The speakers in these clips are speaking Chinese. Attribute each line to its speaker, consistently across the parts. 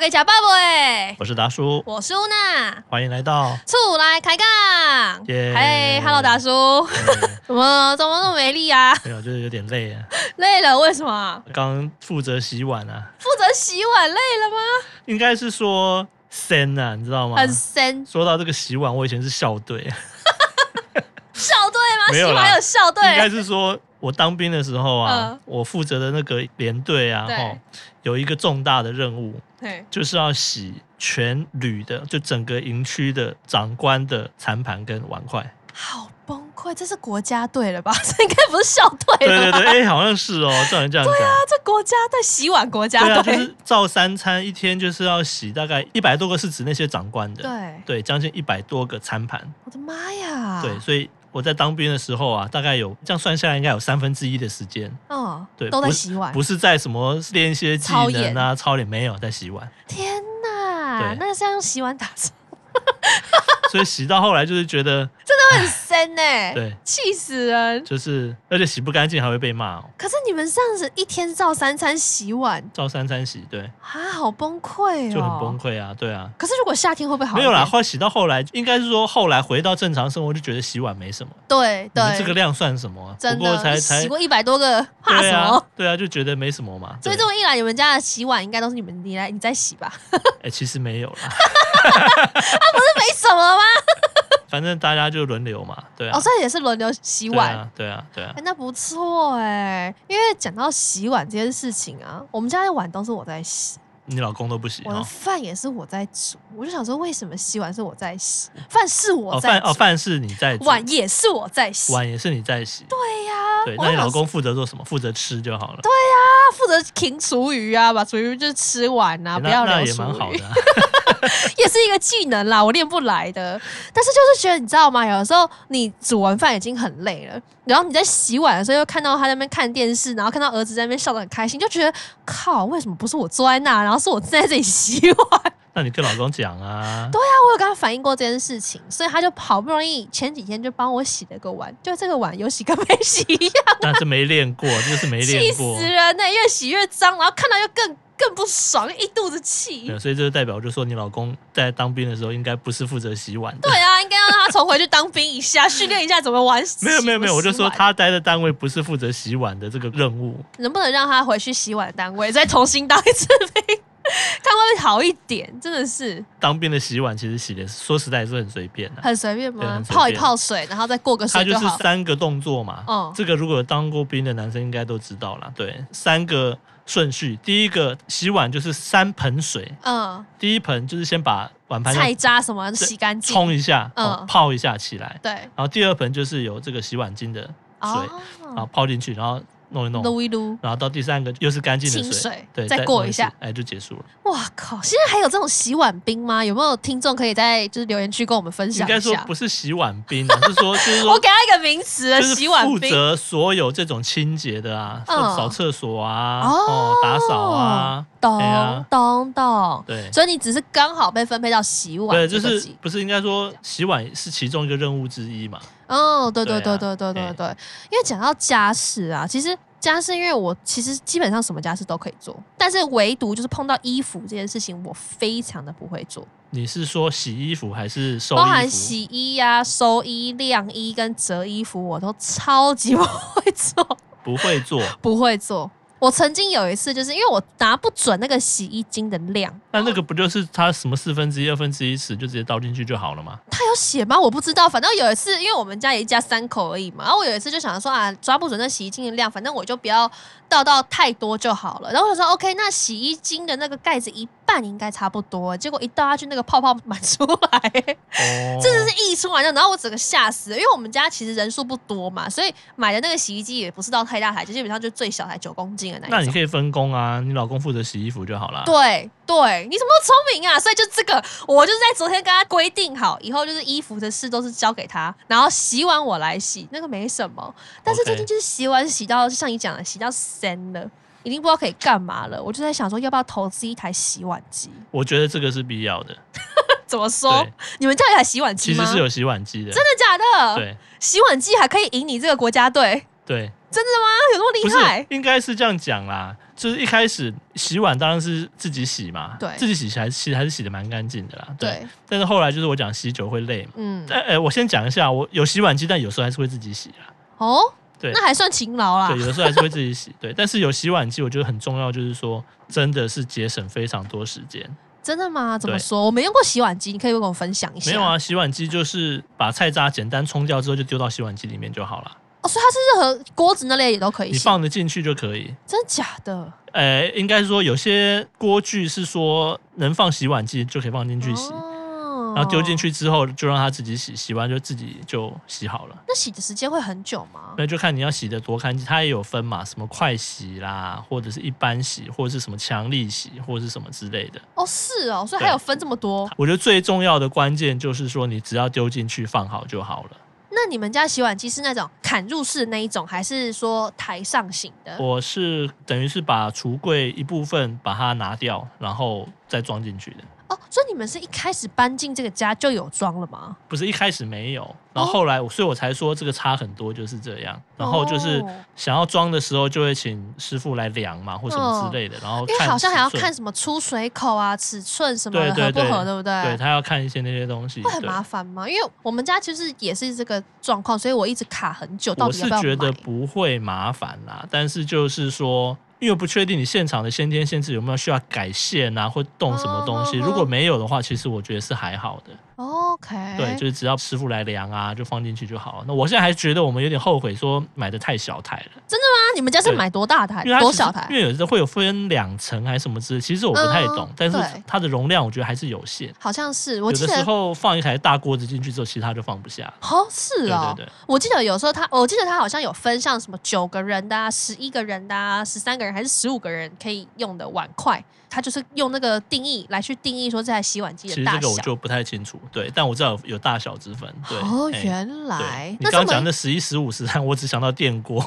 Speaker 1: 位假爸爸哎，
Speaker 2: 我是达叔，
Speaker 1: 我是乌娜，
Speaker 2: 欢迎来到。
Speaker 1: 出来开杠。
Speaker 2: 耶
Speaker 1: 嘿，Hello 达叔，
Speaker 2: 哎
Speaker 1: 怎么怎么那么没力啊？
Speaker 2: 没有，就是有点累啊。
Speaker 1: 累了？为什么？
Speaker 2: 刚负责洗碗啊，
Speaker 1: 负责洗碗累了吗？
Speaker 2: 应该是说森啊，你知道吗？
Speaker 1: 很深，
Speaker 2: 说到这个洗碗，我以前是校队，应
Speaker 1: 校队吗？
Speaker 2: 没
Speaker 1: 洗
Speaker 2: 有啦
Speaker 1: 碗有校
Speaker 2: 该
Speaker 1: 队，
Speaker 2: 是说我当兵的时候啊，
Speaker 1: 嗯
Speaker 2: 我负责的那个连队啊，
Speaker 1: 对
Speaker 2: 吼，有一个重大的任务，
Speaker 1: 对，
Speaker 2: 就是要洗全旅的，就整个营区的长官的餐盘跟碗筷。
Speaker 1: 好崩溃，这是国家队了吧？ 这应该不是校队
Speaker 2: 对
Speaker 1: 了
Speaker 2: 对
Speaker 1: 吧？
Speaker 2: 对，哎、好像是哦，照你这样讲。
Speaker 1: 这国家队洗碗国
Speaker 2: 对
Speaker 1: 家
Speaker 2: 啊，就
Speaker 1: 队，
Speaker 2: 是照三餐一天就是要洗大概一百多个，是指那些长官的，
Speaker 1: 对，
Speaker 2: 对，将近一百多个餐盘，
Speaker 1: 我的妈呀！
Speaker 2: 对，，所以我在当兵的时候啊，大概有这样算下来应该有三分之一的时间，
Speaker 1: 嗯，
Speaker 2: 对
Speaker 1: 都在
Speaker 2: 不是
Speaker 1: 洗碗。
Speaker 2: 不是在什么练一些技
Speaker 1: 操
Speaker 2: 能
Speaker 1: 演
Speaker 2: 啊、操练，没有在洗碗，
Speaker 1: 天哪
Speaker 2: 对，
Speaker 1: 那是要用洗碗打字，
Speaker 2: 所以洗到后来就是觉得
Speaker 1: 很深呢、
Speaker 2: 对，
Speaker 1: 气死人！
Speaker 2: 就是而且洗不干净还会被骂哦，
Speaker 1: 可是你们这样子一天照三餐洗碗
Speaker 2: 照三餐洗，对，
Speaker 1: 啊，好崩溃哦，
Speaker 2: 就很崩。溃啊，对啊。
Speaker 1: 可是如果夏天会不会好？
Speaker 2: 没有啦，，后来洗到后来，应该是说后来回到正常生活，就觉得洗碗没什么。
Speaker 1: 对
Speaker 2: 你们
Speaker 1: 对，
Speaker 2: 这个量算什么啊？不
Speaker 1: 真
Speaker 2: 过才
Speaker 1: 的
Speaker 2: 才
Speaker 1: 洗过一百多个，怕
Speaker 2: 对
Speaker 1: 什么？
Speaker 2: 啊？对啊，就觉得没什么嘛。
Speaker 1: 所以
Speaker 2: 对
Speaker 1: 这么一来，你们家的洗碗应该都是你们你来你在洗吧？
Speaker 2: 哎、其实没有啦，
Speaker 1: 这没什么吗？
Speaker 2: 反正大家就轮流嘛， 对啊。
Speaker 1: 哦，所以也是轮流洗碗。
Speaker 2: 对啊，对啊，对啊
Speaker 1: 哎，那不错哎、因为讲到洗碗这件事情啊，我们家的碗都是我在洗，
Speaker 2: 啊你老公都不洗
Speaker 1: 我的
Speaker 2: 哦。
Speaker 1: 饭也是我在煮，我就想说，为什么洗碗是我在洗，饭是我
Speaker 2: 哦，
Speaker 1: 在
Speaker 2: 饭
Speaker 1: 煮，
Speaker 2: 哦饭是你在煮，
Speaker 1: 碗也是我在洗，
Speaker 2: 碗也是你在洗。
Speaker 1: 对呀、
Speaker 2: 对，
Speaker 1: 我
Speaker 2: 那你
Speaker 1: 想
Speaker 2: 老公负责做什么？负责吃就好了。
Speaker 1: 他负责停厨余啊，把厨余就吃完啊，
Speaker 2: 哎
Speaker 1: 不
Speaker 2: 那
Speaker 1: 要
Speaker 2: 那
Speaker 1: 留
Speaker 2: 也
Speaker 1: 厨
Speaker 2: 蛮好
Speaker 1: 余，
Speaker 2: 的啊、
Speaker 1: 也是一个技能啦，我练不来的。 但是就是觉得你知道吗？有的时候你煮完饭已经很累了，然后你在洗碗的时候又看到他在那边看电视，然后看到儿子在那边笑得很开心，就觉得靠，为什么不是我坐在那，然后是我在这里洗 碗？
Speaker 2: 那你跟老公讲啊。
Speaker 1: 那我有跟他反映过这件事情，所以他就好不容易前几天就帮我洗了个碗，就这个碗有洗跟没洗一样。
Speaker 2: 那是没练过，这就是 没
Speaker 1: 啊气
Speaker 2: 练
Speaker 1: 死
Speaker 2: 过。
Speaker 1: 人呢、越洗越脏，然后看到又更更不爽，一肚子气
Speaker 2: 对，。所以这就代表，就说你老公在当兵的时候，应该不是负责洗碗的
Speaker 1: 对。啊，应该要让他重回去当兵一下，训练一下怎么玩。
Speaker 2: 没有没有没有，我就说
Speaker 1: 洗碗
Speaker 2: 他待的单位不是负责洗碗的这个任务。
Speaker 1: 能不能让他回去洗碗单位，再重新当一次兵，看会不会好一点。真的是
Speaker 2: 当兵的洗碗其实洗的，说实在是很随便的、
Speaker 1: 很随便
Speaker 2: 对
Speaker 1: 吗
Speaker 2: 很？随便
Speaker 1: 泡一泡水，然后再过个
Speaker 2: 它
Speaker 1: 水
Speaker 2: 就
Speaker 1: 就是好。
Speaker 2: 三个动作嘛。
Speaker 1: 嗯
Speaker 2: 这个如果有当过兵的男生应该都知道啦。对，三个顺序，第一个洗碗就是三盆水，
Speaker 1: 嗯，
Speaker 2: 第一盆就是先把碗盘
Speaker 1: 菜
Speaker 2: 先
Speaker 1: 渣什么洗干净。
Speaker 2: 冲一下，
Speaker 1: 嗯
Speaker 2: 哦泡一下起来。
Speaker 1: 对，
Speaker 2: 然后第二盆就是有这个洗碗巾的水，
Speaker 1: 哦，
Speaker 2: 然后泡进去，然后弄一弄，
Speaker 1: 撸一撸。
Speaker 2: 然后到第三个又是干净的
Speaker 1: 清水
Speaker 2: 对，
Speaker 1: 再过
Speaker 2: 弄
Speaker 1: 一
Speaker 2: 次
Speaker 1: 下，
Speaker 2: 哎，就结束了。
Speaker 1: 哇靠！现在还有这种洗碗兵吗？有没有听众可以在就是留言区跟我们分
Speaker 2: 应
Speaker 1: 享一下？
Speaker 2: 该说不是洗碗 兵啊，是说就是说
Speaker 1: 我给他一个名词了，
Speaker 2: 就是
Speaker 1: 洗碗
Speaker 2: 负
Speaker 1: 兵。
Speaker 2: 责所有这种清洁的啊，
Speaker 1: 嗯
Speaker 2: 扫扫厕所啊，
Speaker 1: 哦
Speaker 2: 哦，打扫啊，对
Speaker 1: 懂
Speaker 2: 啊
Speaker 1: 懂懂。
Speaker 2: 对。
Speaker 1: 所以你只是刚好被分配到洗碗
Speaker 2: 对，
Speaker 1: 这
Speaker 2: 就
Speaker 1: 个
Speaker 2: 是
Speaker 1: 级，
Speaker 2: 不是应该说洗碗是其中一个任务之一嘛？
Speaker 1: 哦，对对
Speaker 2: 对
Speaker 1: 对
Speaker 2: 啊
Speaker 1: 对对对
Speaker 2: 哎
Speaker 1: 对，因为讲到家事啊，其实家事，因为我其实基本上什么家事都可以做，但是唯独就是碰到衣服这件事情，我非常的不会做，
Speaker 2: 你是说洗衣服还是收衣
Speaker 1: 包
Speaker 2: 服？
Speaker 1: 含洗衣呀、收衣、晾衣跟折衣服，我都超级不会做。
Speaker 2: 不 会做，
Speaker 1: 不会做。我曾经有一次，就是因为我拿不准那个洗衣精的量，
Speaker 2: 那那个不就是它什么四分之一、二分之一匙就直接倒进去就好了嘛？
Speaker 1: 它有写吗？我不知道。反正有一次，因为我们家也一家三口而已嘛，然后我有一次就想说啊，抓不准那洗衣精的量，反正我就不要倒到太多就好了。然后我想说 OK，那洗衣精的那个盖子一半应该差不多。结果一倒下去，那个泡泡满出来。
Speaker 2: 哦，
Speaker 1: 真的是溢出来的，然后我整个吓死了，因为我们家其实人数不多嘛，所以买的那个洗衣机也不是到太大台，就基本上就最小台九公斤的那一种。
Speaker 2: 那你可以分工啊，你老公负责洗衣服就好啦。
Speaker 1: 对对，你怎么那么聪明啊？所以就这个，我就是在昨天跟他规定好，以后就是衣服的事都是交给他，然后洗碗我来洗，那个没什么。但是最
Speaker 2: OK
Speaker 1: 近就是洗碗洗到，就像你讲的，洗到深了，已经不知道可以干嘛了。我就在想说，要不要投资一台洗碗机？
Speaker 2: 我觉得这个是必要的。
Speaker 1: 怎么说
Speaker 2: 对？，
Speaker 1: 你们家有台洗碗机
Speaker 2: 其
Speaker 1: 吗？
Speaker 2: 实是
Speaker 1: 真
Speaker 2: 有洗碗机的。
Speaker 1: 的假的？，
Speaker 2: 对
Speaker 1: 洗碗机还可以赢你这个国家队，啊，
Speaker 2: 对，
Speaker 1: 有那么
Speaker 2: 不
Speaker 1: 厉
Speaker 2: 是
Speaker 1: 害？
Speaker 2: 应该是这样讲啦。就是一开始洗碗当然是自己洗嘛，
Speaker 1: 对
Speaker 2: 自己洗还是洗还是洗的蛮干净的啦，对。
Speaker 1: 对，
Speaker 2: 但是后来就是我讲洗久会累嘛，
Speaker 1: 嗯，
Speaker 2: 但呃，我先讲一下，我有洗碗机，但有时候还是会自己洗啦，
Speaker 1: 哦，
Speaker 2: 对
Speaker 1: 那还算勤劳啦
Speaker 2: 对，。有的时候还是会自己洗，对。但是有洗碗机，我觉得很重要，就是说真的是节省非常多时间。
Speaker 1: 真的吗？怎么
Speaker 2: 对
Speaker 1: 说？我没用过洗碗机，你可以跟我分享一下。
Speaker 2: 没有啊，洗碗机就是把菜渣简单冲掉之后就丢到洗碗机里面就好了，
Speaker 1: 哦，所以它是任何锅子那类也都可以
Speaker 2: 你
Speaker 1: 洗，
Speaker 2: 放得进去就可以。
Speaker 1: 真假的？
Speaker 2: 呃，应该是说有些锅具是说能放洗碗机就可以放进去洗，
Speaker 1: 哦
Speaker 2: 然后丢进。去之后就让它自己洗，洗完就自己就洗好了。
Speaker 1: 那洗的时间会很久吗？
Speaker 2: 那就看你要洗的多干净，它也有分嘛，什么快洗啦，或者是一般洗，或者是什么强力洗，或者是什么之类的。
Speaker 1: 哦，是哦，所以还
Speaker 2: 对
Speaker 1: 有分这么多。
Speaker 2: 我觉得最重要的关键就是说，你只要丢进去放好就好了。
Speaker 1: 那你们家洗碗机是那种砍入式的那一种，还是说台上型的？
Speaker 2: 我是等于是把橱柜一部分把它拿掉，然后再装进去的。
Speaker 1: 哦，所以你们是一开始搬进这个家就有装了吗？
Speaker 2: 不是一开始没有，
Speaker 1: 哦
Speaker 2: 然后后来，所以我才说这个差很多，就是这样。然后就是
Speaker 1: 哦
Speaker 2: 想要装的时候，就会请师傅来量嘛，或什么之类的。然后
Speaker 1: 哦因为
Speaker 2: 看
Speaker 1: 好像还要
Speaker 2: 尺寸
Speaker 1: 看什么出水口啊、尺寸什么的
Speaker 2: 对对
Speaker 1: 合不合，
Speaker 2: 对
Speaker 1: 对不对？
Speaker 2: 对他要看一些那些东西，
Speaker 1: 会很
Speaker 2: 对
Speaker 1: 麻烦吗？因为我们家其实也是这个状况，所以我一直卡很久，到
Speaker 2: 我
Speaker 1: 底
Speaker 2: 是
Speaker 1: 要不要
Speaker 2: 觉
Speaker 1: 买
Speaker 2: 得？不会麻烦啦，但是就是说，因为不确定你现场的先天限制有没有需要改线啊，或动什么东西。
Speaker 1: 哦哦哦
Speaker 2: 如果没有的话，其实我觉得是还好的。
Speaker 1: 哦 OK，
Speaker 2: 对，就是只要师傅来量啊，就放进去就好了。那我现在还觉得我们有点后悔，说买的太小台了，
Speaker 1: 那你们家是
Speaker 2: 对
Speaker 1: 买多大台
Speaker 2: 因为？它
Speaker 1: 哎多
Speaker 2: 其实
Speaker 1: 小台
Speaker 2: 因？为有时候会有分两层还是什么之类，其实我不太懂，
Speaker 1: 嗯
Speaker 2: 但是
Speaker 1: 对
Speaker 2: 它的容量我觉得还是有限。
Speaker 1: 好像是，我
Speaker 2: 有
Speaker 1: 记
Speaker 2: 的时
Speaker 1: 得。
Speaker 2: 候放一台大锅子进去之后，其他就放不下。
Speaker 1: 哦，是
Speaker 2: 对
Speaker 1: 哦
Speaker 2: 对，对，
Speaker 1: 我记得有时候他，我记得他好像有分像什么九个人的、啊、十一个人的、啊、十三个人还是十五个人可以用的碗筷，他就是用那个定义来去定义说这台洗碗机
Speaker 2: 其
Speaker 1: 的
Speaker 2: 实
Speaker 1: 大
Speaker 2: 这个
Speaker 1: 小
Speaker 2: 我。就不太清楚，对，但我知道有有大小之分。对，
Speaker 1: 哦，
Speaker 2: 哎
Speaker 1: 原
Speaker 2: 对
Speaker 1: 来，
Speaker 2: 你
Speaker 1: 那
Speaker 2: 刚
Speaker 1: 这
Speaker 2: 刚讲
Speaker 1: 么
Speaker 2: 的十一、十五、十三，我只想到电锅，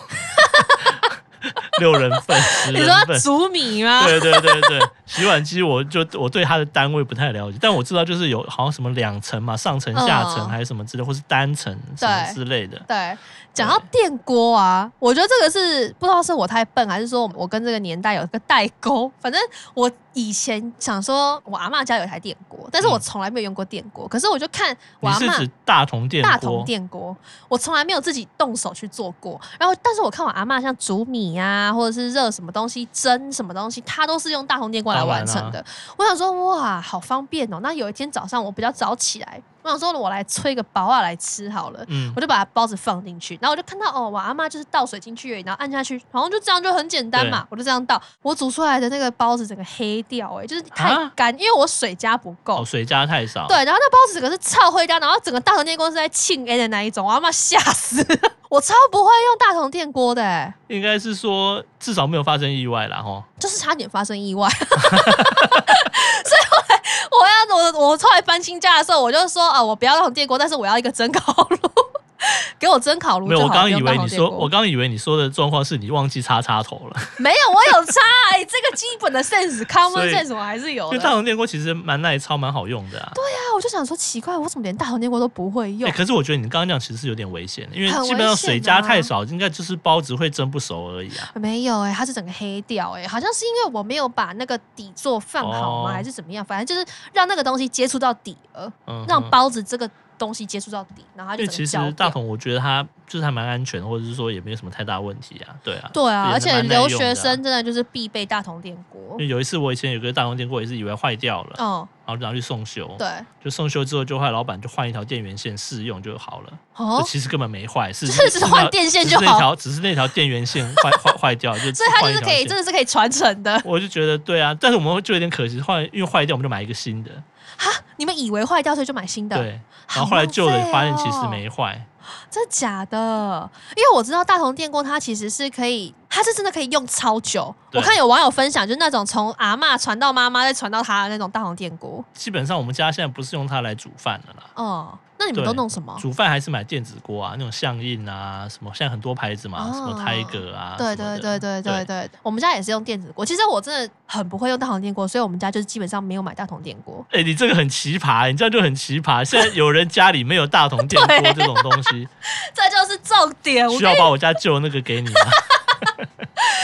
Speaker 2: 六人份、十
Speaker 1: 你
Speaker 2: 人
Speaker 1: 说
Speaker 2: 份。
Speaker 1: 煮米吗？
Speaker 2: 对对对对，洗碗机我就我对它的单位不太了解，但我知道就是有好像什么两层嘛，上层、下层
Speaker 1: 嗯
Speaker 2: 还是什么之类，或是单层什么之类的。
Speaker 1: 对，讲到电锅啊，我觉得这个是不知道是我太笨，还是说我跟这个年代有一个代沟。
Speaker 2: 嗯
Speaker 1: 反正我以前想说，我阿嬷家有一台电锅，但是我
Speaker 2: 嗯
Speaker 1: 从来没有用过电锅。可是我就看我
Speaker 2: 你
Speaker 1: 阿
Speaker 2: 是
Speaker 1: 嬷
Speaker 2: 指大同电
Speaker 1: 大
Speaker 2: 锅
Speaker 1: 同？电锅，我从来没有自己动手去做过。然后，但是我看我阿嬷像煮米啊，或者是热什么东西、蒸什么东西，她都是用大同电锅来完成的。我想说，哇，好方便哦！那有一天早上我比较早起来，我想说我来吹个薄啊来吃好了。
Speaker 2: 嗯
Speaker 1: 我，就把包子放进去，然后我就看到哦，我阿妈就是倒水进去而已，然后按下去，好像就这样就很简单嘛，我就这样倒。我煮出来的那个包子整个黑掉、欸，哎，就是太
Speaker 2: 啊
Speaker 1: 干，因为我水加不够。
Speaker 2: 哦，水加太少。
Speaker 1: 对，然后那包子整个是超灰掉，然后整个大同电锅是在庆 A 的那一种，我阿妈吓死了， 我超不会用大同电锅的、欸，
Speaker 2: 应该是说至少没有发生意外啦，哈。
Speaker 1: 就是差点发生意外。 所以后来我要我我后来搬新家的时候，我就说啊，我不要大同电锅，但是我要一个蒸烤炉， 给我蒸烤炉
Speaker 2: 没
Speaker 1: 就
Speaker 2: 有，
Speaker 1: 好了。
Speaker 2: 我刚
Speaker 1: 不
Speaker 2: 以
Speaker 1: 用大
Speaker 2: 为
Speaker 1: 同
Speaker 2: 你
Speaker 1: 电
Speaker 2: 说，
Speaker 1: 锅
Speaker 2: 我刚以为你说的状况是你忘记插插头了，
Speaker 1: 没有，我有差、欸，这个基本的 sense、
Speaker 2: 所
Speaker 1: common
Speaker 2: 以
Speaker 1: sense 我还是有
Speaker 2: 因
Speaker 1: 的。
Speaker 2: 为
Speaker 1: 对
Speaker 2: 大
Speaker 1: 啊，
Speaker 2: 同电锅其实蛮耐操、蛮好用的啊。
Speaker 1: 我就想说奇怪，我怎么连大同电锅都不会用？
Speaker 2: 欸可是我觉得你刚刚那样其实是有点危险的，因为
Speaker 1: 很
Speaker 2: 基本上
Speaker 1: 危险
Speaker 2: 水加
Speaker 1: 啊
Speaker 2: 太少，应该就是包子会蒸不熟而已啊。
Speaker 1: 没有哎、它是整个黑掉哎、好像是因为我没有把那个底座放好吗，
Speaker 2: 哦
Speaker 1: 还是怎么样？反正就是让那个东西接触到底了，
Speaker 2: 嗯，
Speaker 1: 让
Speaker 2: 嗯
Speaker 1: 包子这个东西接触到底，然后它
Speaker 2: 因
Speaker 1: 就
Speaker 2: 为
Speaker 1: 整
Speaker 2: 其
Speaker 1: 个
Speaker 2: 实
Speaker 1: 焦
Speaker 2: 大
Speaker 1: 掉。
Speaker 2: 同我觉得它就是还蛮安全，或者是说也没有什么太大问题啊。对啊，
Speaker 1: 对啊，
Speaker 2: 也
Speaker 1: 而
Speaker 2: 是
Speaker 1: 且
Speaker 2: 蛮耐
Speaker 1: 留
Speaker 2: 用
Speaker 1: 学
Speaker 2: 的啊
Speaker 1: 生真的就是必备大同电锅
Speaker 2: 因。为有哦一次我以前有个大同电锅也是以为坏掉了，
Speaker 1: 嗯，
Speaker 2: 然后就拿去送修，
Speaker 1: 对，
Speaker 2: 就送修之后就后来老板就换一条电源线试用就好了，
Speaker 1: 哦
Speaker 2: 就，呃其实根本没坏，是
Speaker 1: 只是只是换电线就
Speaker 2: 只是那
Speaker 1: 好
Speaker 2: 条只是那条电源线坏坏坏掉，就
Speaker 1: 所以它
Speaker 2: 换
Speaker 1: 就是
Speaker 2: 一条
Speaker 1: 可以，
Speaker 2: 线
Speaker 1: 真的是可以传承的。
Speaker 2: 我就觉得对啊，但是我们就有点可惜，坏因为坏掉我们就买一个新的，
Speaker 1: 你们以为坏掉，所以就买新的。
Speaker 2: 对，然
Speaker 1: 好
Speaker 2: 后后来
Speaker 1: 浪
Speaker 2: 旧的
Speaker 1: 费
Speaker 2: 发现其实
Speaker 1: 哦
Speaker 2: 没坏，
Speaker 1: 真的假的？因为我知道大同电锅它其实是可以，它是真的可以用超久。
Speaker 2: 对
Speaker 1: 我看有网友分享，就是那种从阿嬷传到妈妈，再传到她的那种大同电锅。
Speaker 2: 基本上我们家现在不是用它来煮饭了啦。
Speaker 1: 哦，那你们
Speaker 2: 对
Speaker 1: 都弄什么？
Speaker 2: 煮饭还是买电子锅啊，那种象印啊，什么现在很多牌子嘛，
Speaker 1: 哦
Speaker 2: 什么 Tiger 啊，
Speaker 1: 对对
Speaker 2: 什么的
Speaker 1: 对对对
Speaker 2: 对
Speaker 1: 对，我们家也是用电子锅。其实我真的很不会用大同电锅，所以我们家就是基本上没有买大同电锅。
Speaker 2: 哎、你这个很奇葩，你这样就很奇葩。现在有人家里没有大同电
Speaker 1: 对哎
Speaker 2: 锅这种东西，
Speaker 1: 这就是重点。我
Speaker 2: 需要把我家旧那个给你吗？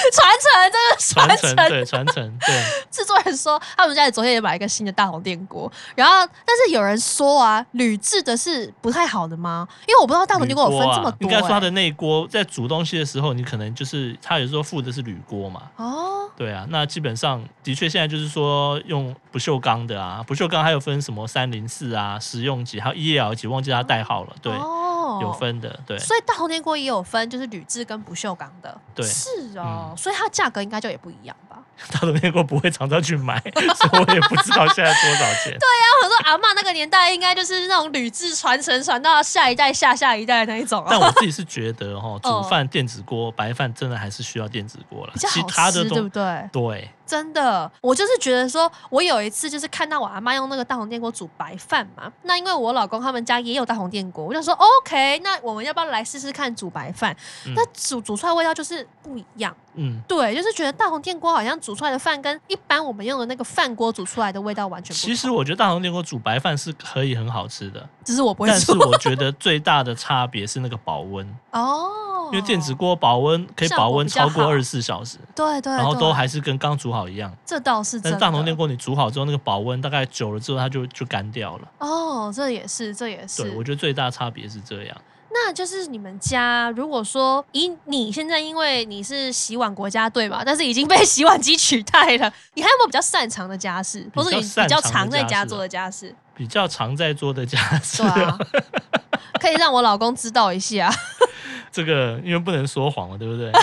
Speaker 1: 传承，这个 传
Speaker 2: 传
Speaker 1: 承
Speaker 2: 承，对传承，对，
Speaker 1: 制作人说，他们家里昨天也买一个新的大红电锅，然后但是有人说啊，铝制的是不太好的吗？因为我不知道大红电锅有分这么
Speaker 2: 铝
Speaker 1: 多、
Speaker 2: 锅啊应该说它
Speaker 1: 欸
Speaker 2: 的内锅在煮东西的时候，你可能就是它有时候附的是铝锅嘛，
Speaker 1: 哦，
Speaker 2: 对啊，那基本上的确现在就是说用不锈钢的啊，不锈钢还有分什么三零四啊、食用级还有 EL 级，忘记它代号了，对，
Speaker 1: 哦
Speaker 2: 有。分的，对，
Speaker 1: 所以大红电锅也有分，就是铝制跟不锈钢的，
Speaker 2: 对嗯
Speaker 1: 是哦，所以它价格应该就也不一样吧。
Speaker 2: 他的那锅不会常常去买， 所以我也不知道现在多少 钱。
Speaker 1: 但我想说，阿嬷那个年代应该就是那种铝制传承传到下一代、下下一代的那一种
Speaker 2: 但
Speaker 1: 啊，
Speaker 2: 我自己是觉得哈，煮饭电子锅、白饭真的还是需要电子锅了，
Speaker 1: 哦比较
Speaker 2: 其
Speaker 1: 好
Speaker 2: 他
Speaker 1: 吃，
Speaker 2: 的
Speaker 1: 对
Speaker 2: 都
Speaker 1: 不对？
Speaker 2: 对，
Speaker 1: 真的，我就是觉得说，我有一次就是看到我阿妈用那个大红电锅煮白饭嘛，那因为我老公他们家也有大红电锅，我就说 OK，那我们要不要来试试看煮白饭？
Speaker 2: 嗯
Speaker 1: 那煮煮出来味道就是不一样，
Speaker 2: 嗯，
Speaker 1: 对，就是觉得大红电锅好像煮出来的饭跟一般我们用的那个饭锅煮出来的味道完全不同。
Speaker 2: 其实我觉得大红电锅煮白饭是可以很好吃的，
Speaker 1: 只是我不会
Speaker 2: 但是
Speaker 1: 煮
Speaker 2: 我觉得最大的差别是那个保温，
Speaker 1: 哦，
Speaker 2: 因为电子锅保温可以
Speaker 1: 效果
Speaker 2: 保温
Speaker 1: 比较
Speaker 2: 超过
Speaker 1: 好
Speaker 2: 二十四小时，
Speaker 1: 对对，
Speaker 2: 然后都
Speaker 1: 对
Speaker 2: 还是跟刚煮好一样。
Speaker 1: 这倒是真
Speaker 2: 但
Speaker 1: 的。
Speaker 2: 是大红电锅你煮好之后，那个保温大概久了之后它就就干掉了。
Speaker 1: 哦，这也是这也是，
Speaker 2: 对，我觉得最大差别是这样。
Speaker 1: 那就是你们家，如果说以你现在，因为你是洗碗国家队嘛，但是已 经被洗碗机取代了，你还有没有比较擅长的家事，或
Speaker 2: 较
Speaker 1: 者你比
Speaker 2: 擅
Speaker 1: 较
Speaker 2: 长
Speaker 1: 常
Speaker 2: 的
Speaker 1: 在
Speaker 2: 家
Speaker 1: 家
Speaker 2: 事啊
Speaker 1: 做的家事？
Speaker 2: 比较常在做的家事、
Speaker 1: 对啊，可以让我老公知道一下，
Speaker 2: 这个因为不能说谎了，对 不对？
Speaker 1: 啊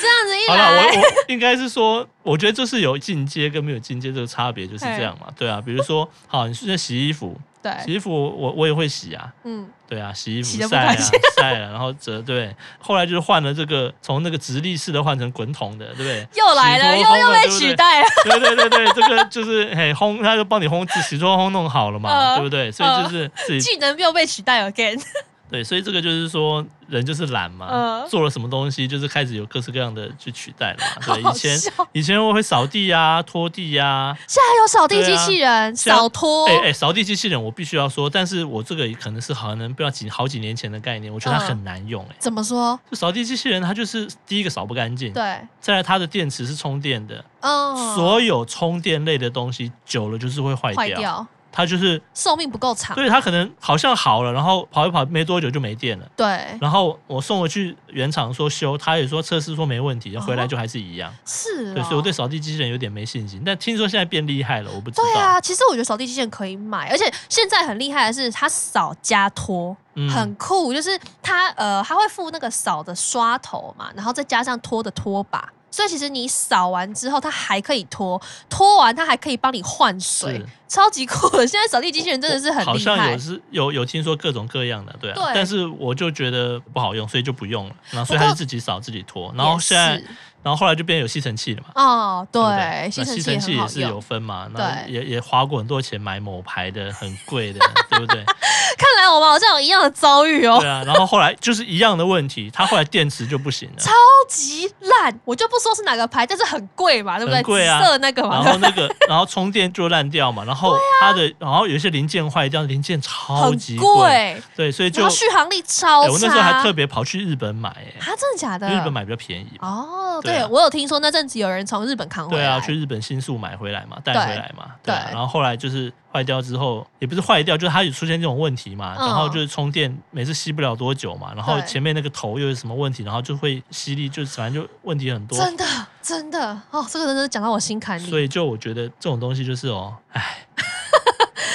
Speaker 1: 这样子一
Speaker 2: 好了，
Speaker 1: 来，
Speaker 2: 我我应该是说，我觉得这是有进阶跟没有进阶这个差别就是这样嘛，对啊。比如说，好，你现在洗衣服，
Speaker 1: 对，
Speaker 2: 洗衣服我我也会洗啊，
Speaker 1: 嗯，
Speaker 2: 对啊，洗衣
Speaker 1: 洗得
Speaker 2: 服
Speaker 1: 不
Speaker 2: 晒啊
Speaker 1: 开心
Speaker 2: 晒了、然后折对，后来就是换了这个从那个直立式的换成滚筒的，对不对？
Speaker 1: 又来了，
Speaker 2: 洗
Speaker 1: 又
Speaker 2: 多
Speaker 1: 又
Speaker 2: 烘了
Speaker 1: 被
Speaker 2: 对不
Speaker 1: 取
Speaker 2: 对
Speaker 1: 代了，
Speaker 2: 对对对对，这个就是嘿烘，他就帮你烘自洗脱烘弄好了嘛，
Speaker 1: 呃
Speaker 2: 对不对？所以就是自 己
Speaker 1: 技能又被取代 again，
Speaker 2: 对，所以这个就是说，人就是懒嘛，
Speaker 1: 嗯
Speaker 2: 做了什么东西就是开始有各式各样的去取代了嘛。对，
Speaker 1: 好
Speaker 2: 以前
Speaker 1: 笑
Speaker 2: 以前我会扫地啊、拖地啊，
Speaker 1: 现在有扫地
Speaker 2: 对
Speaker 1: 机
Speaker 2: 啊
Speaker 1: 器人、
Speaker 2: 现在
Speaker 1: 扫拖
Speaker 2: 哎，哎，扫地机器人我必须要说，但是我这个也可能是可能不知道几好几年前的概念，我觉得它
Speaker 1: 嗯
Speaker 2: 很难用哎、
Speaker 1: 怎么说？
Speaker 2: 就扫地机器人，它就是第一个扫不干净，
Speaker 1: 对，
Speaker 2: 再来它的电池是充电的，
Speaker 1: 嗯，
Speaker 2: 所有充电类的东西久了就是会坏
Speaker 1: 坏
Speaker 2: 掉，
Speaker 1: 掉，
Speaker 2: 它就是
Speaker 1: 寿命不够长，
Speaker 2: 对它可能好像好了，然后跑一跑没多久就没电了。
Speaker 1: 嗯对，
Speaker 2: 然后我送回去原厂说修，他也说测试说没问题，
Speaker 1: 哦
Speaker 2: 回来就还是一样。
Speaker 1: 是哦，
Speaker 2: 对，所以我对扫地机器人有点没信心，但听说现在变厉害了，我不知
Speaker 1: 对
Speaker 2: 道。
Speaker 1: 啊，其实我觉得扫地机器人可以买，而且现在很厉害的是它扫加拖，
Speaker 2: 嗯
Speaker 1: 很酷，就是它呃它会附那个扫的刷头嘛，然后再加上拖的拖把。所以其实你扫完之后，它还可以拖，拖完它还可以帮你换水
Speaker 2: 是，
Speaker 1: 超级酷的。现在扫地机器人真的是很
Speaker 2: 好
Speaker 1: 厉
Speaker 2: 像
Speaker 1: 害
Speaker 2: 有。是有有听说各种各样的，对啊。
Speaker 1: 对
Speaker 2: 但是我就觉得不好用，所以就不用了。然后所以
Speaker 1: 不过
Speaker 2: 还是自己扫自己拖，然后
Speaker 1: 也
Speaker 2: 现在，
Speaker 1: 是
Speaker 2: 然后后来就变有吸尘器了嘛。
Speaker 1: 哦，
Speaker 2: 不
Speaker 1: 对，
Speaker 2: 那吸
Speaker 1: 尘
Speaker 2: 器
Speaker 1: 也
Speaker 2: 也
Speaker 1: 很好
Speaker 2: 是
Speaker 1: 用
Speaker 2: 有。分嘛，那
Speaker 1: 对
Speaker 2: 也也花过很多钱买某牌的很 贵的，对不对？
Speaker 1: 看来我们好像有一样的遭遇哦
Speaker 2: 对，啊，然后后来就是一样的问题，它后来电池就不行了，
Speaker 1: 超级烂。我就不说是哪个牌，但是很贵嘛，对不对？
Speaker 2: 很贵啊
Speaker 1: 紫色那个嘛，
Speaker 2: 然
Speaker 1: 对
Speaker 2: 后那个，然后充电就烂掉嘛，然后它的，然后有一些零件坏掉，零件超级
Speaker 1: 啊很贵，
Speaker 2: 对，所以就、
Speaker 1: 然后续航力超
Speaker 2: 哎
Speaker 1: 差。
Speaker 2: 我那时候还特别跑去日本买、哎
Speaker 1: 啊，真的假的？
Speaker 2: 因为日本买比较便宜嘛。
Speaker 1: 哦，对
Speaker 2: 对啊
Speaker 1: 我有听说那阵子有人从日本扛回
Speaker 2: 对
Speaker 1: 来，
Speaker 2: 啊，去日本新宿买回来嘛，带
Speaker 1: 对
Speaker 2: 回来嘛，对啊
Speaker 1: 对
Speaker 2: 然后后来就是坏掉之后，也不是坏掉，就是它有出现这种问题嘛，
Speaker 1: 嗯
Speaker 2: 然后就是充电每次吸不了多久嘛，然后
Speaker 1: 对
Speaker 2: 前面那个头又有什么问题，然后就会吸力，就是反正就问题很多，
Speaker 1: 真的真的哦，这个真的是讲到我心坎
Speaker 2: 所
Speaker 1: 里。
Speaker 2: 以就我觉得这种东西就是哦，哎，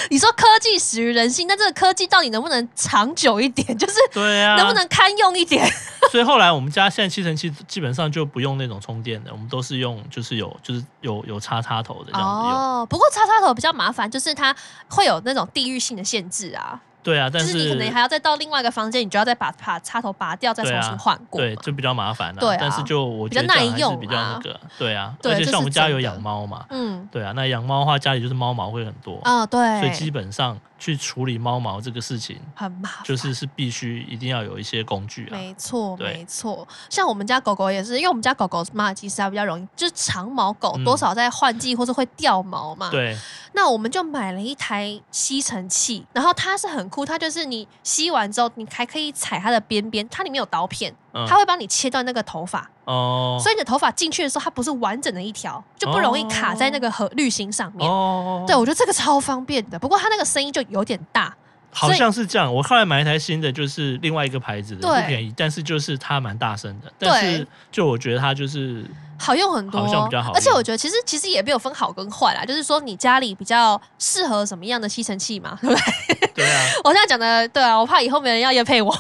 Speaker 1: 你说科技始于人性，那这个科技到底能不能长久一点， 就是
Speaker 2: 对啊，
Speaker 1: 能不能堪用一点？
Speaker 2: 所以后来我们家现在吸尘器基本上就不用那种充电的，我们都是用就是有就是有有插插头的 这样子用。
Speaker 1: 哦，不过插插头比较麻烦，就是它会有那种地域性的限制啊，
Speaker 2: 对啊，但
Speaker 1: 就是你可能还要再到另外一个房间，你就要再把把插头拔掉，再重
Speaker 2: 对啊
Speaker 1: 新换过嘛。
Speaker 2: 对就比较麻烦了、
Speaker 1: 对啊
Speaker 2: 但是就我觉得
Speaker 1: 比较耐
Speaker 2: 这样还是
Speaker 1: 用
Speaker 2: 比较
Speaker 1: 啦
Speaker 2: 那个对啊。
Speaker 1: 对
Speaker 2: 而且
Speaker 1: 这
Speaker 2: 像我
Speaker 1: 是
Speaker 2: 们家
Speaker 1: 真
Speaker 2: 有
Speaker 1: 的
Speaker 2: 养猫嘛，
Speaker 1: 嗯
Speaker 2: 对啊，那养猫的话家里就是猫毛会很多，
Speaker 1: 啊，对，
Speaker 2: 所以基本上去处理猫毛这个事情，
Speaker 1: 很麻烦。
Speaker 2: 就是是必须一定要有一些工具啊。
Speaker 1: 没错，
Speaker 2: 对
Speaker 1: 没错。像我们家狗狗也是，因为我们家狗狗马尔济斯它比较容易，就是长毛狗
Speaker 2: 嗯
Speaker 1: 多少在换季或是会掉毛嘛。。
Speaker 2: 对，
Speaker 1: 那我们就买了一台吸尘器，然后它是很酷，它就是你吸完之后，你还可以踩它的边边，它里面有刀片，
Speaker 2: 嗯
Speaker 1: 它会帮你切断那个头发，
Speaker 2: 哦，
Speaker 1: 所以你的头发进去的时候，它不是完整的一条，就不容易卡在那个和滤芯上面。
Speaker 2: 哦，
Speaker 1: 对，我觉得这个超方便的。不过它那个声音就有点大，
Speaker 2: 好
Speaker 1: 所以
Speaker 2: 像是这样。我后来买一台新的，就是另外一个牌子的，
Speaker 1: 对
Speaker 2: 不便宜，但是就是它蛮大声的。但是就我觉得它就是
Speaker 1: 好用很多，
Speaker 2: 好像比较好用
Speaker 1: 而且我觉得其实其实也没有分好跟坏啦，就是说你家里比较适合什么样的吸尘器嘛，对 不对？
Speaker 2: 对 啊，
Speaker 1: 我现在讲的对啊，我怕以后没人要夜配我。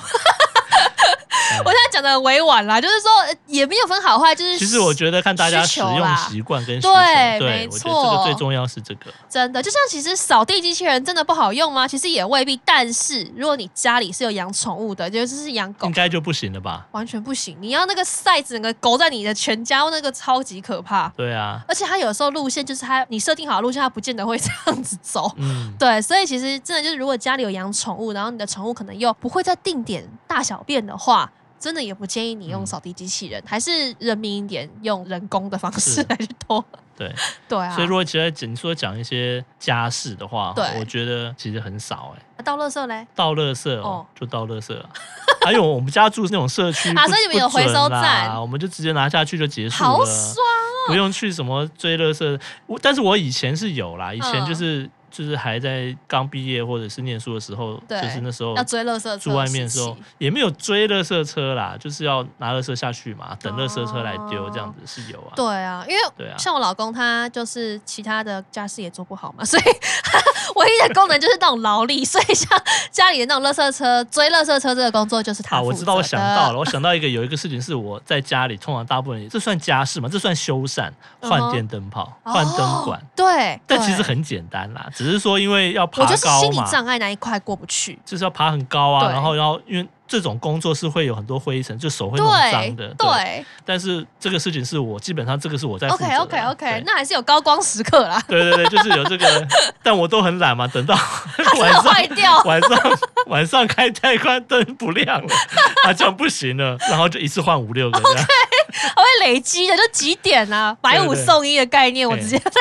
Speaker 1: 我现
Speaker 2: 哎
Speaker 1: 在讲的委婉啦，就是说呃也没有分好坏，就是
Speaker 2: 其实我觉得看大家
Speaker 1: 需
Speaker 2: 使
Speaker 1: 求
Speaker 2: 用
Speaker 1: 啦
Speaker 2: 习惯跟需求，
Speaker 1: 对
Speaker 2: 对
Speaker 1: 没，
Speaker 2: 我觉得这个
Speaker 1: 错
Speaker 2: 最重要是这个。
Speaker 1: 真的，就像其实扫地机器人真的不好用吗？其实也未必。但是如果你家里是有养宠物的，尤其是养狗
Speaker 2: 应，该就不行了吧？
Speaker 1: 完全不行。你要那个 size 整个勾在你的全家，那个超级可怕。
Speaker 2: 对啊，
Speaker 1: 而且它有时候路线就是它，你设定好的路线，它不见得会这样子走。
Speaker 2: 嗯，
Speaker 1: 对，所以其实真的就是，如果家里有养宠物，然后你的宠物可能又不会在定点大小便的话，真的也不建议你用
Speaker 2: 嗯
Speaker 1: 扫地机器人，还是人民一点，用人工的方
Speaker 2: 是
Speaker 1: 式来去拖。
Speaker 2: 对。
Speaker 1: 对啊
Speaker 2: 所以，如果其实你说讲一些家事的话
Speaker 1: 对，
Speaker 2: 我觉得其实很少哎、
Speaker 1: 到垃圾嘞，
Speaker 2: 倒垃圾哦
Speaker 1: 哦，
Speaker 2: 就倒垃圾啊。 还有我们家住那种社区
Speaker 1: 啊
Speaker 2: 不
Speaker 1: 所以你们有
Speaker 2: 不准
Speaker 1: 回收站
Speaker 2: 啦我们就直接拿下去就结束了，
Speaker 1: 好爽哦
Speaker 2: 不用去什么追垃圾。我但是我以前是有啦，以前
Speaker 1: 嗯
Speaker 2: 就是、就是还在刚毕业或者是念书的时候，就
Speaker 1: 对
Speaker 2: 是那时候
Speaker 1: 要追垃圾车
Speaker 2: 住外面的时候
Speaker 1: 时期，
Speaker 2: 也没有追垃圾车啦，就是要拿垃圾下去嘛，等垃圾车来
Speaker 1: 哦
Speaker 2: 丢，这样子是有啊。
Speaker 1: 对啊，因为
Speaker 2: 对啊，
Speaker 1: 像我老公他就是其他的家事也做不好嘛， 所以唯一的功能就是那种劳力，所以像家里的那种垃圾车追垃圾车这个工作就是他
Speaker 2: 啊，
Speaker 1: 负责的、
Speaker 2: 我知道，我想到了，我想到一个，有一个事情是我在家里，通常大部分人这算家事吗？这算修缮，
Speaker 1: 嗯哼
Speaker 2: 换电灯泡，换灯管
Speaker 1: 哦，对，
Speaker 2: 但其
Speaker 1: 对
Speaker 2: 实很简单啦，只是说因为要爬
Speaker 1: 我就是
Speaker 2: 高
Speaker 1: 心理
Speaker 2: 嘛，
Speaker 1: 障碍那一块过不去。
Speaker 2: 就是要爬很高啊，
Speaker 1: 对
Speaker 2: 然后然后因为这种工作是会有很多灰尘，就手会弄脏
Speaker 1: 对
Speaker 2: 的。
Speaker 1: 对
Speaker 2: 但是这个事情是我基本上这个是我在负责
Speaker 1: ，OK
Speaker 2: 的啦
Speaker 1: OK
Speaker 2: 对
Speaker 1: OK，那还是有高光时刻啦，
Speaker 2: 对对对，就是有这个，但我都很懒嘛，等到
Speaker 1: 真
Speaker 2: 晚
Speaker 1: 的
Speaker 2: 上
Speaker 1: 坏掉。
Speaker 2: 晚上晚上开开关灯不亮了，啊，这样不行了，然后就一次换五六个这
Speaker 1: 哦
Speaker 2: 样，
Speaker 1: 它会累积的，就几点啊？买
Speaker 2: 对
Speaker 1: 五
Speaker 2: 对
Speaker 1: 送一的概念，我
Speaker 2: 对
Speaker 1: 直接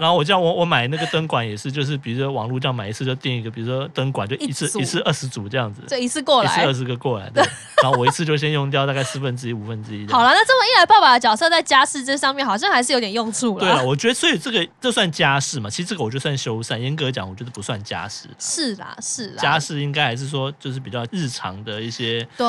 Speaker 2: 然后我这样我我买那个灯管也是，就是比如说网络这样买一次就订一个，比如说灯管就一次
Speaker 1: 一组
Speaker 2: 一次二十组这样子，
Speaker 1: 这一次过
Speaker 2: 一次二
Speaker 1: 来。
Speaker 2: 十个过来的，然后我一次就先用掉大概四分之一五分之一这样。
Speaker 1: 好了，那这么一来，爸爸的角色在家事这上面好像还是有点用处
Speaker 2: 对啊，
Speaker 1: 啦。
Speaker 2: 我觉得所以这个这算家事嘛？其实这个我就算修缮，严格讲，我觉得不算家事。
Speaker 1: 是啊啦，是啦，
Speaker 2: 家事应该还是说就是比较日常的一些
Speaker 1: 对，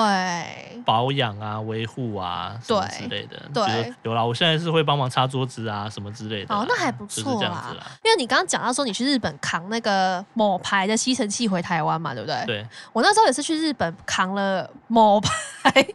Speaker 2: 保养啊、维护啊什么之类的。
Speaker 1: 对
Speaker 2: 比如
Speaker 1: 对
Speaker 2: 有啦，我现在是会帮忙擦桌子啊什么之类的啦。
Speaker 1: 哦那还不错啦
Speaker 2: 就是这样子啦。
Speaker 1: 因为你刚刚讲到说你去日本扛那个某牌的吸尘器回台湾嘛，对不对？
Speaker 2: 对，
Speaker 1: 我那时候也是去日本扛了某牌，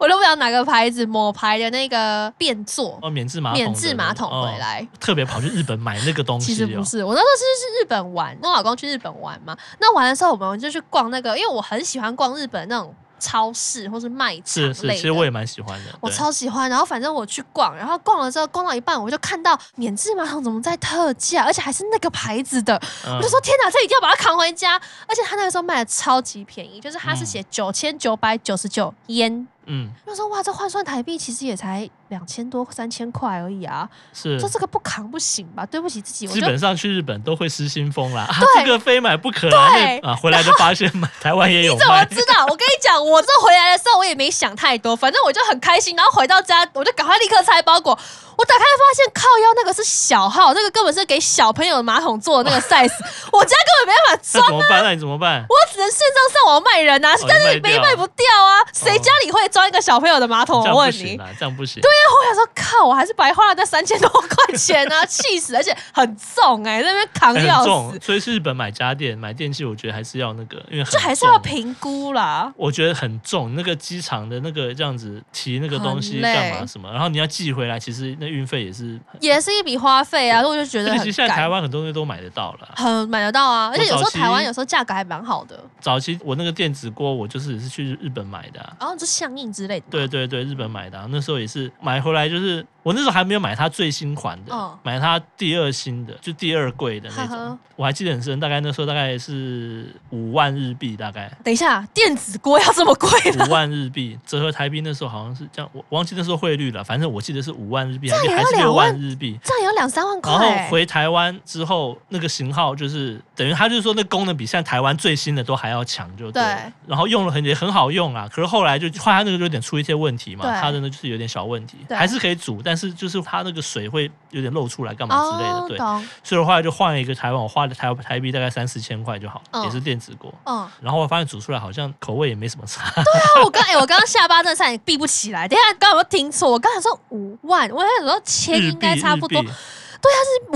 Speaker 1: 我都不知道哪个牌子，某牌的那个便座。
Speaker 2: 哦，免治马桶的那
Speaker 1: 免
Speaker 2: 个，
Speaker 1: 治马桶回
Speaker 2: 哦，
Speaker 1: 来，
Speaker 2: 特别跑去日本买那个东西。
Speaker 1: 其
Speaker 2: 哦。
Speaker 1: 实不是，我那时候是去日本玩，跟我老公去日本玩嘛。那玩的时候，我们就去逛那个，因为我很喜欢逛日本那种超市或是卖场
Speaker 2: 是是，
Speaker 1: 类
Speaker 2: 其
Speaker 1: 的
Speaker 2: 实我也蛮喜欢的。
Speaker 1: 我
Speaker 2: 对
Speaker 1: 超喜欢。然后反正我去逛，然后逛了之后，逛到一半，我就看到免治马桶怎么在特价，而且还是那个牌子的，
Speaker 2: 嗯
Speaker 1: 我就说天哪，这一定要把它扛回家！而且他那个时候卖的超级便宜，就是他是
Speaker 2: 嗯
Speaker 1: 写九千九百九十九烟。
Speaker 2: 嗯，
Speaker 1: 我说哇，这换算台币其实也才两千多、三千块而已啊！
Speaker 2: 是
Speaker 1: 说。这个不扛不行吧？对不起自己，我
Speaker 2: 基
Speaker 1: 就
Speaker 2: 本上去日本都会失心疯啦，啊
Speaker 1: 对
Speaker 2: 这个非买不可啦。
Speaker 1: 对
Speaker 2: 那啊，回来就发 现买台湾也有
Speaker 1: 怎么
Speaker 2: 卖。
Speaker 1: 知道？我跟你讲，我这回来的时候我也没想太多，反正我就很开心。然后回到家，我就赶快立刻拆包裹。我打开发现，靠腰那个是小号，那个根本是给小朋友马桶做的
Speaker 2: 哦
Speaker 1: 那个 size，我 家根本没办法
Speaker 2: 那
Speaker 1: 装。
Speaker 2: 怎么办？那你怎么办？
Speaker 1: 我只能线上上网卖人啊，
Speaker 2: 哦你
Speaker 1: 但是
Speaker 2: 卖
Speaker 1: 没
Speaker 2: 掉
Speaker 1: 卖不掉啊！谁
Speaker 2: 哦
Speaker 1: 家里会装一个小朋友的马桶？
Speaker 2: 这样
Speaker 1: 我问
Speaker 2: 不
Speaker 1: 你
Speaker 2: 行。啊，这样不行。对
Speaker 1: 我想说，靠，我还是白花了那三千多块钱啊， 气死！而且很重哎、在那边扛
Speaker 2: 很
Speaker 1: 要
Speaker 2: 重
Speaker 1: 死，，
Speaker 2: 所以去日本买家电、买电器，我觉得还是要那个，因为很
Speaker 1: 就还是要
Speaker 2: 重啊
Speaker 1: 评估啦。
Speaker 2: 我觉得很重，那个机场的那个这样子提那个东西
Speaker 1: 很累
Speaker 2: 干嘛什么，然后你要寄回来，其实那运费 也是很。
Speaker 1: 也是一笔花费啊，所以我就觉
Speaker 2: 而
Speaker 1: 得很
Speaker 2: 且其实现在
Speaker 1: 干
Speaker 2: 台湾很多东西都买得到了。
Speaker 1: 很买得到啊，而且有时
Speaker 2: 早
Speaker 1: 候
Speaker 2: 期
Speaker 1: 台湾有时候价格还蛮好的，
Speaker 2: 早期我那个电子锅，我就是也是去日本买的啊、
Speaker 1: 然后就相应之类的嘛。
Speaker 2: 对对对，日本买的啊、那时候也是买回来就是我那时候还没有买它最新款的，
Speaker 1: 嗯
Speaker 2: 买它第二新的，就第二贵的那
Speaker 1: 呵
Speaker 2: 种。
Speaker 1: 呵
Speaker 2: 我还记得很深，大概那时候大概是五万日币，大概
Speaker 1: 等一下，电子锅要这么贵了？
Speaker 2: 五万日币折合台币那时候好像是这样，我我忘记那时候汇率了，反正我记得是五万日币还
Speaker 1: 这
Speaker 2: 是
Speaker 1: 样也
Speaker 2: 还
Speaker 1: 要
Speaker 2: 是
Speaker 1: 两
Speaker 2: 六
Speaker 1: 万
Speaker 2: 万日币。
Speaker 1: 这样也要两三万块、
Speaker 2: 然后
Speaker 1: 欸。
Speaker 2: 回台湾之后，那个型号就是等于它就是说那功能比现在台湾最新的都还要强，就对了。
Speaker 1: 对
Speaker 2: 然后用了很也很好用啊啦，可是后来就后来它那个就有点出一些问题嘛
Speaker 1: 对，
Speaker 2: 它的那就是有点小问题，
Speaker 1: 对
Speaker 2: 还是可以煮，但是就是它那个水会有点漏出来干嘛之类的，
Speaker 1: 哦，
Speaker 2: 对。
Speaker 1: 懂，
Speaker 2: 所以我后来就换了一个台湾，我花了台台币大概三四千块就好，
Speaker 1: 嗯
Speaker 2: 也是电子锅。
Speaker 1: 嗯，
Speaker 2: 然后我发现煮出来好像口味也没什么差，
Speaker 1: 那我刚哎、我刚刚下巴真的差点闭不起来。等一下，刚刚有没有听错？我刚才说五万，我想说千
Speaker 2: 日
Speaker 1: 应
Speaker 2: 币
Speaker 1: 该差不多
Speaker 2: 日，币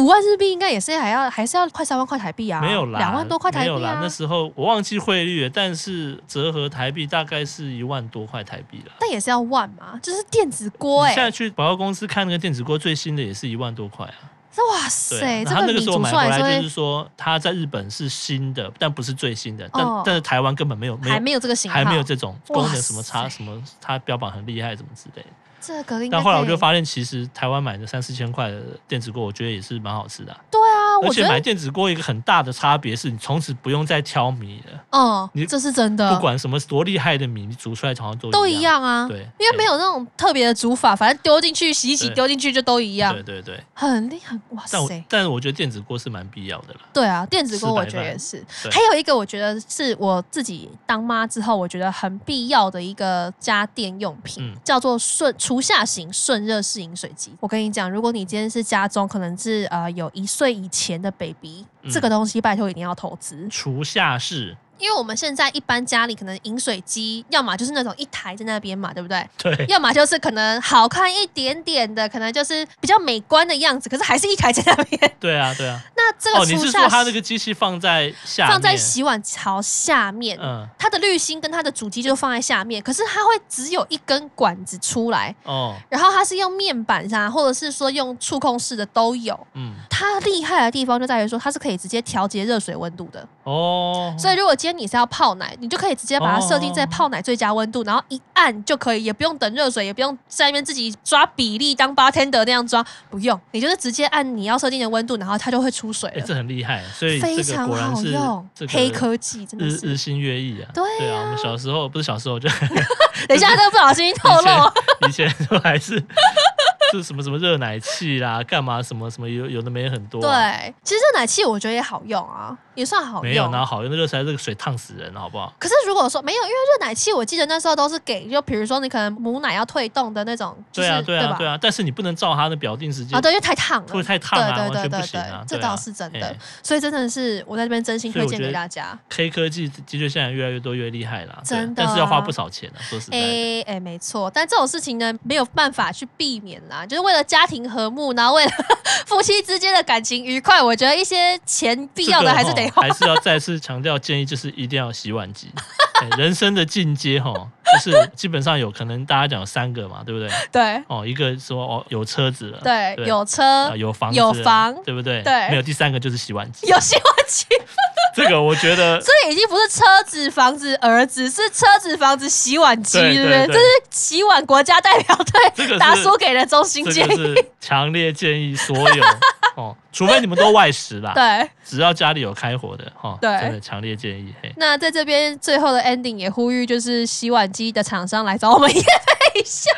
Speaker 1: 五万日币应该也是还要还是要快三万块台币啊，
Speaker 2: 没有啦，
Speaker 1: 两万多块台币
Speaker 2: 没有啦
Speaker 1: 啊。。
Speaker 2: 那时候我忘记汇率了，但是折合台币大概是一万多块台币啦。
Speaker 1: 但也是要万嘛，就是电子锅
Speaker 2: 你
Speaker 1: 哎、
Speaker 2: 现在去百货公司看那个电子锅，最新的也是一万多块啊。
Speaker 1: 这哇
Speaker 2: 对，
Speaker 1: 塞，
Speaker 2: 然
Speaker 1: 这
Speaker 2: 后那
Speaker 1: 你
Speaker 2: 个时候
Speaker 1: 煮
Speaker 2: 买
Speaker 1: 出
Speaker 2: 回
Speaker 1: 来
Speaker 2: 来
Speaker 1: 就
Speaker 2: 就是
Speaker 1: 会
Speaker 2: 说，它在日本是新的，但不是最新的，但、
Speaker 1: 哦
Speaker 2: 但是台湾根本没有没
Speaker 1: 还
Speaker 2: 有
Speaker 1: 没有这个型号，
Speaker 2: 还没有这种功
Speaker 1: 哇
Speaker 2: 能，什么差
Speaker 1: 塞
Speaker 2: 什么它标榜很厉害什么之类的。
Speaker 1: 这个应该可以。
Speaker 2: 但后来我就发现，其实台湾买的三四千块的电子锅，我觉得也是蛮好吃的啊、
Speaker 1: 对啊，
Speaker 2: 而
Speaker 1: 我觉
Speaker 2: 且
Speaker 1: 得
Speaker 2: 买电子锅一个很大的差别是你从此不用再挑米了。
Speaker 1: 嗯
Speaker 2: 你，
Speaker 1: 这是真的，
Speaker 2: 不管什么多厉害的米，你煮出来好像都
Speaker 1: 都
Speaker 2: 一
Speaker 1: 一。样啊，
Speaker 2: 对，
Speaker 1: 因为没有那种特别的煮法，反正丢进去洗一洗，
Speaker 2: 对
Speaker 1: 丢进去就都一
Speaker 2: 对
Speaker 1: 样，
Speaker 2: 对对对，
Speaker 1: 很厉害，哇
Speaker 2: 但我
Speaker 1: 塞！
Speaker 2: 但是我觉得电子锅是蛮必要的啦。
Speaker 1: 对啊，电子锅
Speaker 2: 400
Speaker 1: 我觉得
Speaker 2: 万
Speaker 1: 也是。
Speaker 2: 对
Speaker 1: 还有一个我觉得是我自己当妈之后，我觉得很必要的一个家电用品，
Speaker 2: 嗯
Speaker 1: 叫做顺厨下型顺热式饮水机。我跟你讲，如果你今天是家中可能是呃有一岁以前的 baby，、
Speaker 2: 嗯
Speaker 1: 这个东西拜托一定要投资，
Speaker 2: 厨下式，
Speaker 1: 因为我们现在一般家里可能饮水机，要么就是那种一台在那边嘛，对不对？
Speaker 2: 对，
Speaker 1: 要么就是可能好看一点点的，可能就是比较美观的样子，可是还是一台在那边。
Speaker 2: 对啊，对啊。
Speaker 1: 那这
Speaker 2: 哦，
Speaker 1: 个
Speaker 2: 你
Speaker 1: 厨
Speaker 2: 是
Speaker 1: 下、
Speaker 2: 说它那个机器放在下面？
Speaker 1: 放在洗碗槽下面，
Speaker 2: 嗯，
Speaker 1: 它的滤芯跟它的主机就放在下面，可是它会只有一根管子出来，
Speaker 2: 哦，
Speaker 1: 然后它是用面板上，或者是说用触控式的都有。
Speaker 2: 嗯，
Speaker 1: 它厉害的地方就在于说，它是可以直接调节热水温度的。
Speaker 2: 哦，
Speaker 1: 所以如果今天你是要泡奶，你就可以直接把它设定在
Speaker 2: 哦
Speaker 1: 泡奶最佳温度，然后一按就可以，也不用等热水，也不用在那边自己抓比例当 bartender 那样装，不用，你就是直接按你要设定的温度，然后它就会出水
Speaker 2: 哎，
Speaker 1: 了，
Speaker 2: 这很厉害，所以
Speaker 1: 非
Speaker 2: 这个
Speaker 1: 常
Speaker 2: 果然
Speaker 1: 好
Speaker 2: 是
Speaker 1: 用，
Speaker 2: 这个
Speaker 1: 黑科技真的
Speaker 2: 日日
Speaker 1: 是。
Speaker 2: 新月异啊。
Speaker 1: 对
Speaker 2: 对啊，我
Speaker 1: 呀、
Speaker 2: 们小时候不是小时候，就
Speaker 1: 等一下，这个不小心透露啊，
Speaker 2: 以前都还是 就是什么什么热奶器啦，干嘛什么什么有有的没很多啊。
Speaker 1: 对，其实热奶器我觉得也好用啊，也算好
Speaker 2: 没有
Speaker 1: 用。
Speaker 2: 哪有好用，那热水这个水烫死人，好不好？
Speaker 1: 可是如果说没有，因为热奶器我记得那时候都是给，就比如说你可能母奶要退冻的那种，就
Speaker 2: 对
Speaker 1: 是
Speaker 2: 啊，对啊，
Speaker 1: 吧？
Speaker 2: 对啊，但是你不能照它的表定时间
Speaker 1: 啊，，对，因为太烫了，
Speaker 2: 会太烫啊，
Speaker 1: 对
Speaker 2: 完
Speaker 1: 对
Speaker 2: 全
Speaker 1: 对
Speaker 2: 不
Speaker 1: 对
Speaker 2: 行
Speaker 1: 对
Speaker 2: 啊，，
Speaker 1: 这
Speaker 2: 对
Speaker 1: 倒
Speaker 2: 啊
Speaker 1: 是真的
Speaker 2: 哎。
Speaker 1: 所以真的是我在这边真心推荐给大家。
Speaker 2: 黑科技的确现在越来越多，越厉害啦，对
Speaker 1: 真的啊
Speaker 2: 但是要花不少钱啊，说实在的。
Speaker 1: 哎哎，没错，但这种事情呢，没有办法去避免啦，就是为了家庭和睦，然后为了夫妻之间的感情愉快，我觉得一些钱必要的还是得
Speaker 2: 这个
Speaker 1: 花
Speaker 2: 吼。还是哦要再次强调，建议就是一定要洗碗机。哎人生的进阶哈，就是基本上有可能大家讲有三个嘛，对不对？
Speaker 1: 对
Speaker 2: 哦，一个说哦有车子了，
Speaker 1: 对，有
Speaker 2: 啊
Speaker 1: 车，
Speaker 2: 有房子
Speaker 1: 有
Speaker 2: 了
Speaker 1: 房
Speaker 2: 对不对？
Speaker 1: 对
Speaker 2: 没有第三个就是洗碗机，
Speaker 1: 有新闻机，
Speaker 2: 这个我觉 得
Speaker 1: 这已经不是车子、房子、儿子，是车子、房子、洗碗机，
Speaker 2: 对
Speaker 1: 对不
Speaker 2: 对
Speaker 1: 对？
Speaker 2: 对
Speaker 1: 这是洗碗国家代表
Speaker 2: 这
Speaker 1: 队
Speaker 2: 个是
Speaker 1: 打输给了中心
Speaker 2: 这
Speaker 1: 建
Speaker 2: 个
Speaker 1: 议，
Speaker 2: 是强烈建议所 有哦，除非你们都外食啦，
Speaker 1: 对。
Speaker 2: 只要家里有开火的哈，
Speaker 1: 对
Speaker 2: 真的强烈建议。嘿，
Speaker 1: 那在这边最后的 ending 也呼吁，就是洗碗机的厂商来找我们业配一下。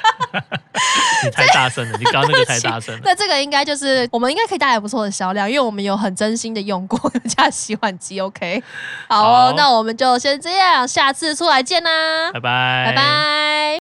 Speaker 2: 你太大声了，你刚刚那个太大声了。
Speaker 1: 那这个应该就是我们应该可以带来不错的销量，因为我们有很真心的用过 人家洗碗机。OK，好哦，
Speaker 2: 好
Speaker 1: 那我们就先这样，下次出来见啦，
Speaker 2: 拜拜，
Speaker 1: 拜拜